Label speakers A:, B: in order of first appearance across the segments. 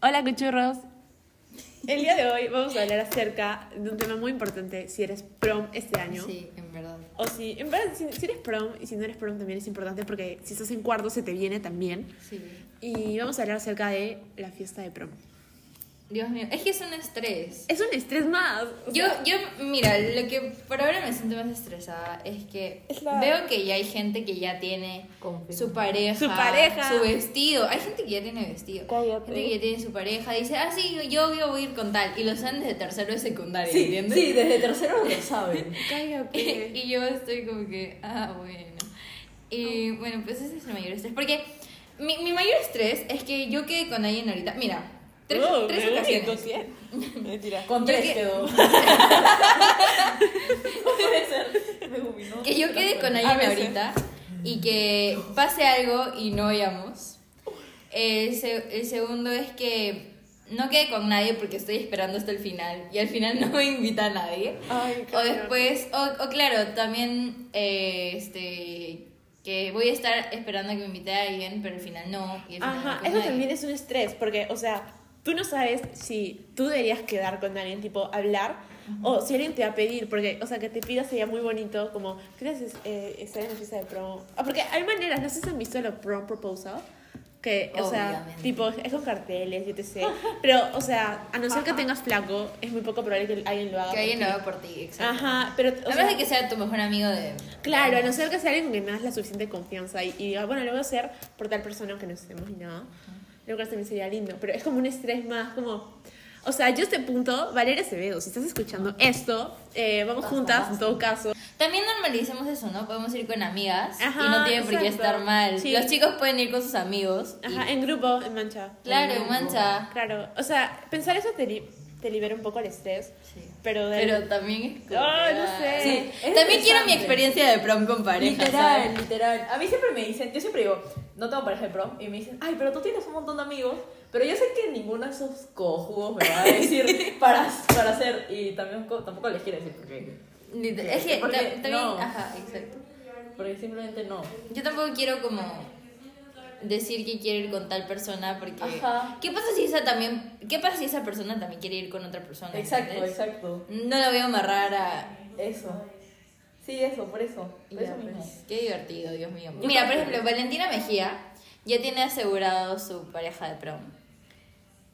A: Hola, cuchurros.
B: El día de hoy vamos a hablar acerca de un tema muy importante, si eres prom este año.
C: Sí, en verdad.
B: O si, en verdad, si, si eres prom y si no eres prom también es importante porque si estás en cuarto se te viene también.
C: Sí.
B: Y vamos a hablar acerca de la fiesta de prom.
C: Dios mío, es que es un estrés.
B: Es un estrés más. o
C: Yo,
B: sea,
C: yo, mira, lo que por ahora me siento más estresada es que
B: Es la-
C: veo que ya hay gente que ya tiene
A: Confirmo.
C: su pareja,
B: Su pareja.
C: su vestido. Hay gente que ya tiene vestido,
B: Cállate.
C: gente que ya tiene su pareja. Dice, ah, sí, yo, yo voy a ir con tal. Y lo saben desde tercero de secundaria, ¿entiendes?
A: Sí, desde tercero lo saben.
B: cállate.
C: y yo estoy como que, ah, bueno. Y bueno, pues ese es el mayor estrés. Porque mi, mi mayor estrés es que yo quede con alguien ahorita. Mira, tres,
B: Oh,
C: tres
B: me voy
C: ocasiones.
B: con cien. Mentira.
A: Con
C: Yo
A: tres
C: que-
A: quedó.
C: Que yo quede con
B: A
C: alguien
B: veces.
C: ahorita y que pase algo y no vayamos. El, se- el segundo es que no quede con nadie porque estoy esperando hasta el final y al final no me invita a nadie.
B: Ay,
C: O
B: cállate.
C: después, o, o claro, también eh, este que voy a estar esperando a que me invite a alguien, pero al final no. y al final no
B: Ajá,
C: con
B: eso
C: nadie.
B: también es un estrés, porque, o sea, tú no sabes si tú deberías quedar con alguien, tipo, hablar, o si alguien te va a pedir, porque, o sea, que te pida sería muy bonito, como, ¿qué haces eh, estar en la fiesta de promo? Ah, porque hay maneras, no sé si han visto el prom proposal, que, o sea,
C: Obviamente.
B: tipo, es con carteles, yo te sé, pero, o sea, a no ser que tengas flaco, es muy poco probable que alguien lo haga.
C: Que
B: por
C: alguien lo
B: ti.
C: haga por ti, exacto.
B: Ajá, pero, o
C: a
B: sea,
C: menos de que sea tu mejor amigo de...
B: Claro, a no ser que sea alguien con quien me das la suficiente confianza y, y diga, bueno, lo voy a hacer por tal persona que no estemos ni nada. Yo creo que también sería lindo, pero es como un estrés más, como... O sea, yo a este punto, Valeria Acevedo, si estás escuchando esto, eh, vamos juntas en todo caso.
C: También normalicemos eso, ¿no? Podemos ir con amigas
B: Ajá,
C: y no tiene por qué
B: exacto.
C: estar mal.
B: Sí.
C: Los chicos pueden ir con sus amigos. y-
B: Ajá, en grupo, en mancha.
C: Claro, mancha.
B: Claro, o sea, pensar eso te, li- te libera un poco el estrés,
C: Sí.
B: pero de...
C: Pero también es como- ah,
B: Ay, no sé.
C: Sí.
A: Es
C: También quiero mi
A: interesante.
C: experiencia de prom con pareja.
A: Literal,
C: ¿sabes?
A: literal. A mí siempre me dicen, yo siempre digo, no tengo pareja de prom, y me dicen, ay, pero tú tienes un montón de amigos, pero yo sé que ninguno de esos cojudos me va a decir para, para hacer, y también, co- tampoco les quiero decir porque,
C: Liter- Es que
A: Porque
C: ta- también.
A: no.
C: Ajá, exacto.
A: porque simplemente no.
C: Yo tampoco quiero como decir que quiero ir con tal persona porque.
A: Ajá.
C: ¿Qué pasa si esa también. ¿Qué pasa si esa persona también quiere ir con otra persona?
A: Exacto,
C: ¿entendés?
A: exacto.
C: No la voy a amarrar a.
A: Eso. Sí, eso, por eso.
C: Y
A: Por
C: ya,
A: eso
C: pues,
A: mismo.
C: Qué divertido, Dios mío. Mira, por ejemplo, Valentina Mejía ya tiene asegurado su pareja de prom.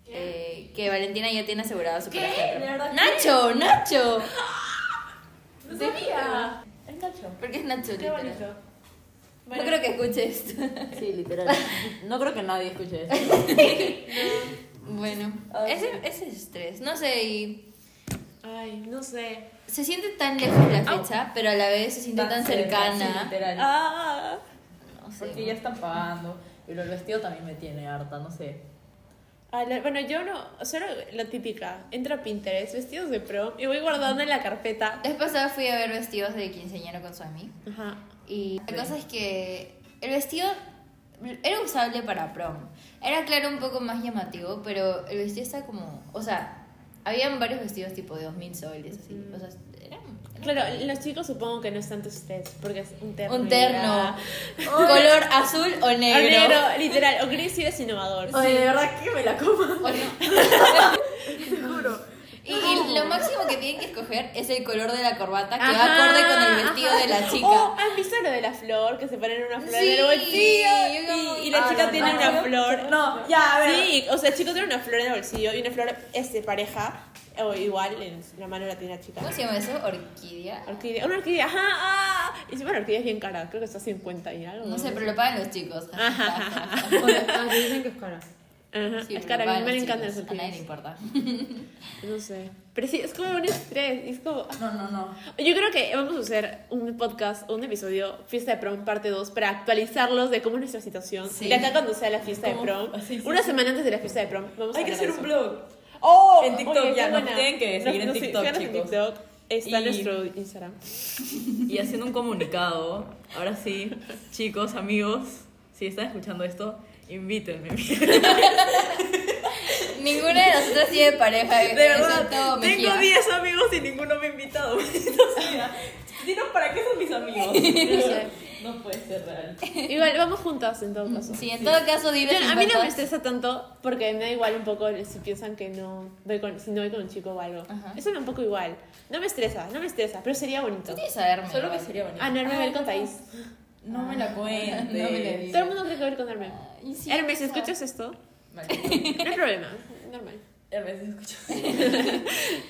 C: Eh, que Valentina ya tiene asegurado su pareja de
A: ¿De verdad
C: prom. ¡Nacho! ¡Nacho!
A: ¡No sabía! Es Nacho.
C: Porque es Nacho.
B: Qué
C: literal.
B: bonito.
C: No creo que escuche esto.
A: Sí, literal. No creo que nadie escuche eso.
C: bueno,
A: Ay.
C: ese, ese es estrés. No sé, y
B: Ay, no sé.
C: se siente tan lejos la fecha, pero a la vez se siente tan
A: Sí,
C: cercana.
A: literal.
B: Ah,
C: No sé.
A: Porque ya están pagando. Y lo del vestido también me tiene harta, no sé.
B: Ah, la- bueno, yo no, solo la típica. Entra a Pinterest, vestidos de pro, y voy guardando en la carpeta.
C: La vez pasada fui a ver vestidos de quinceañero con su amigo.
B: Ajá.
C: Y la cosa es que el vestido era usable para prom. Era claro un poco más llamativo, pero el vestido está como, o sea, habían varios vestidos tipo de 2000 soles así,
B: Mm.
C: o sea, eran, eran
B: Claro, los chicos supongo que no es tanto ustedes, porque es un terno.
C: un
B: y
C: terno
B: ya.
C: color azul o
B: O
C: negro.
B: negro, literal. O gris si eres innovador.
A: Oye, de verdad que me la como.
C: O no.
A: Seguro.
C: Y, y lo máximo que tienen que escoger es el color de la corbata que va
B: Ajá,
C: acorde con el vestido
B: ajá.
C: de la chica.
B: Oh, ¿has visto lo de la flor? Que se ponen una flor
C: Sí,
B: en el
C: yo
B: bolsillo.
C: como-
B: Y, y la
C: Ah,
B: chica
C: no,
B: tiene
C: no.
B: una flor.
A: No, ya, a ver.
B: Sí, o sea, el chico tiene una flor en el bolsillo y una flor este, pareja, o igual en la mano la tiene la chica.
C: ¿Cómo se llama eso? Orquídea.
B: Orquídea, una orquídea, ajá, ah. Y encima la orquídea es bien cara, creo que está a 50 y algo.
C: No sé, pero lo pagan los chicos.
D: dicen Ah, que es cara.
B: Ajá,
C: Sí,
B: es
C: pero
B: cara,
C: lo
B: a mí
C: pagan
B: me
C: los
B: encantan las
C: chicos. A nadie le
B: orquídeas.
C: importa.
B: No sé. Pero sí, es como un estrés. y Es como.
A: No, no, no.
B: Yo creo que vamos a hacer un podcast, un episodio, fiesta de prom parte 2, para actualizarlos de cómo es nuestra situación.
C: Sí.
B: De acá cuando sea la fiesta de prom.
A: ¿Cómo? Ah, Sí, sí,
B: una
A: sí.
B: semana antes de la fiesta de prom. Vamos a
A: Hay que
B: hablar de
A: hacer un
B: eso.
A: blog.
B: ¡Oh!
A: En TikTok,
B: Oye,
A: ya,
B: qué
A: nos
B: buena.
A: tienen que seguir en
B: Nos- nos-
A: TikTok,
B: síganos en
A: chicos.
B: TikTok. Está
A: Y-
B: nuestro Instagram.
A: Y haciendo un comunicado. Ahora sí, chicos, amigos, si están escuchando esto, invítenme.
C: Ninguna de nosotras tiene pareja. eh,
A: De
C: excepto
A: verdad,
C: Mejía.
A: tengo 10 amigos y ninguno me ha invitado. Dinos para qué son mis amigos.
B: No sé.
A: No puede ser real.
B: Igual, vamos juntas en
A: Mm,
B: todo caso.
C: Sí, en todo caso, dime.
B: Yo-
C: tus
B: a mí no me
C: datos.
B: estresa tanto porque me da igual un poco si piensan que no voy con, si no voy con un chico o algo.
C: Ajá.
B: Eso me da un poco igual. No me estresa, no me estresa, pero sería bonito.
C: Tú tienes que saberme.
A: Solo que
C: igual.
A: sería bonito. Ah,
B: Ah, no, Hermes va a ir con
C: Ah,
B: Thaís.
A: No me la cuentes.
C: No me la digas.
B: Todo el mundo cree que va a ir con Hermes.
C: Ay, sí,
B: Hermes,
C: o sea,
B: ¿escuchas esto?
A: Maldito.
B: No hay problema, normal.
A: Hermes, escucho.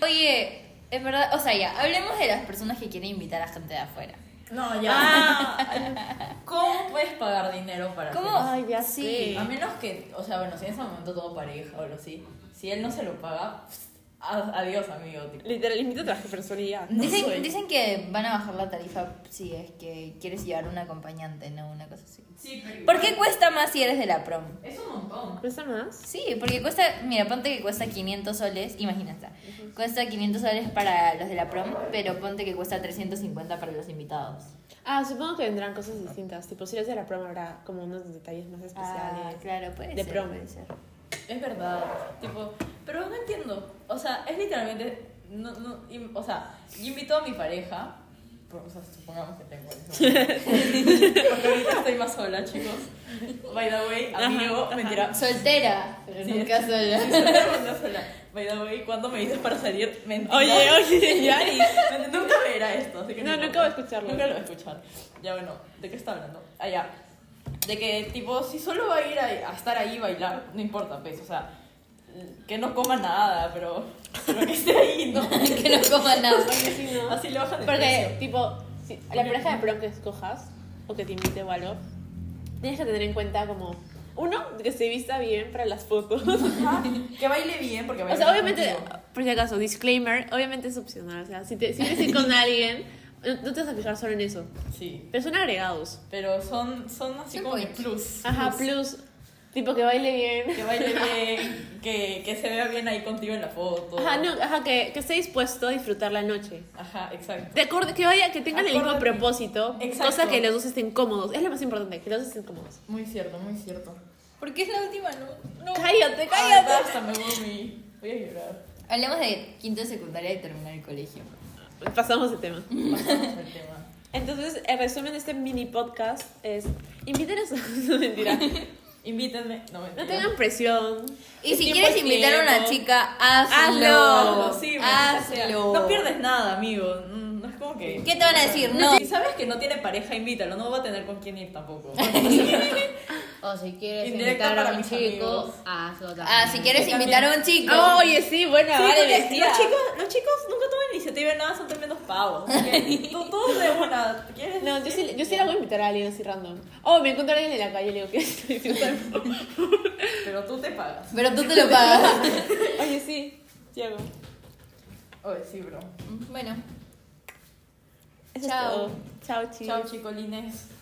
C: Oye, es verdad, o sea, ya, hablemos de las personas que quieren invitar a gente de afuera.
A: No, ya.
B: Ah,
A: ¿Cómo puedes pagar dinero para
C: ¿Cómo?
A: hacer
B: Ay, ya
C: Sí.
A: eso? A menos que, o sea, bueno, si en ese momento todo pareja o algo así, si él no se lo paga, pss, a- adiós, amigo. tipo.
B: Literal, invito a otra persona y ya.
A: No soy.
C: Dicen, dicen que van a bajar la tarifa si es que quieres llevar un acompañante, no una cosa así.
A: Sí, pero.
C: ¿Por qué cuesta más si eres de la prom?
A: Es un montón.
B: ¿Presta más?
C: Sí, porque cuesta, mira, ponte que cuesta 500 soles, imagínate, cuesta 500 soles para los de la prom, pero ponte que cuesta 350 para los invitados.
B: Ah, supongo que vendrán cosas distintas. Tipo, si eres de la prom habrá como unos detalles más especiales.
C: Ah, claro, puede
B: de
C: ser.
B: prom.
C: puede ser.
A: Es verdad. Tipo, pero no entiendo. O sea, es literalmente. No, no, im- o sea, yo invito a mi pareja. por- O sea, supongamos que tengo eso. Porque ahorita estoy más sola, chicos. By the way, amigo, mentira.
C: Soltera, pero
A: Sí.
C: nunca sola.
A: Estoy sola, no sola. By the way, ¿cuándo me dices para salir? Mentira.
B: Oye, oye, Yari.
A: Nunca verá esto, así que
B: No, nunca
A: importa.
B: va a escucharlo.
A: Nunca lo va a escuchar. Ya bueno, ¿de qué está hablando? Ah, ya. De que tipo, si solo va a ir a, a estar ahí y bailar, no importa, pues, o sea, que no coma nada, pero, pero que esté ahí, ¿no?
C: que no coma nada.
B: Sí, no.
A: Así le bajan el
B: Porque,
A: precio.
B: tipo, si la pareja de prom que escojas o que te invite o algo, tienes que tener en cuenta como, uno, que se vista bien para las fotos. o
A: Ajá, que baile bien, porque baile
B: sea, obviamente,
A: contigo.
B: por si acaso, disclaimer, obviamente es opcional. O sea, si, te, si vienes a ir con alguien, no, no te vas a fijar solo en eso.
A: Sí,
B: Pero son agregados.
A: pero son, son así
C: Son
A: como que
C: points.
A: plus.
B: Ajá, plus, tipo que baile bien.
A: Que baile bien, que, que se vea bien ahí contigo en la foto.
B: Ajá, no, ajá, que, que esté dispuesto a disfrutar la noche.
A: Ajá, exacto.
B: De acuerdo, que vaya, que tengan el mismo
A: Acorde-
B: propósito,
A: Exacto.
B: cosa que los dos estén cómodos. Es lo más importante, que los dos estén cómodos.
A: Muy cierto, muy cierto.
C: Porque es la última, no. no.
B: Cállate,
A: Ay,
B: cállate.
A: basta, me voy, voy a llorar.
C: Hablemos de quinto de secundaria y terminar el colegio.
B: Pasamos de tema.
A: Pasamos al tema.
B: Entonces, el resumen de este mini podcast es: invítenos a. No, mentira.
A: Invítenme. No, mentira.
B: No tengan presión.
C: Y si
B: Tiempo
C: quieres
B: es
C: invitar a una
B: tiempo.
C: chica,
B: Hazlo.
C: hazlo.
A: Hazlo, sí, maldita sea.
C: hazlo.
A: No pierdes nada, amigo. Mm, No es como que.
C: ¿Qué te van a decir? No.
A: Si sabes que no tiene pareja, invítalo. No va a tener con quién ir tampoco.
D: O si quieres
A: Indirecta
D: invitar a
A: para
D: un
A: mis
D: chico,
A: amigos.
D: hazlo también.
C: Ah, si quieres
A: Sí,
C: invitar a
A: también.
C: un chico.
B: oye, sí, bueno,
A: Sí,
B: vale,
A: porque
B: vestida.
A: los, chicos, los chicos nunca toman iniciativa en nada, son tremendos pavos. Así que tú- Todos de una. ¿Quieres?
B: No, yo sí, yo sí la voy a invitar a alguien así random. Oh, me encontré a alguien en la calle y le digo que estoy disfrutando.
A: Pero tú te pagas.
C: Pero tú te lo pagas.
B: Oye, sí, Tiago.
A: Oye, sí, bro.
C: bueno.
B: Eso es
C: Chao.
B: todo. Chao, chicos.
A: Chao, chicolines.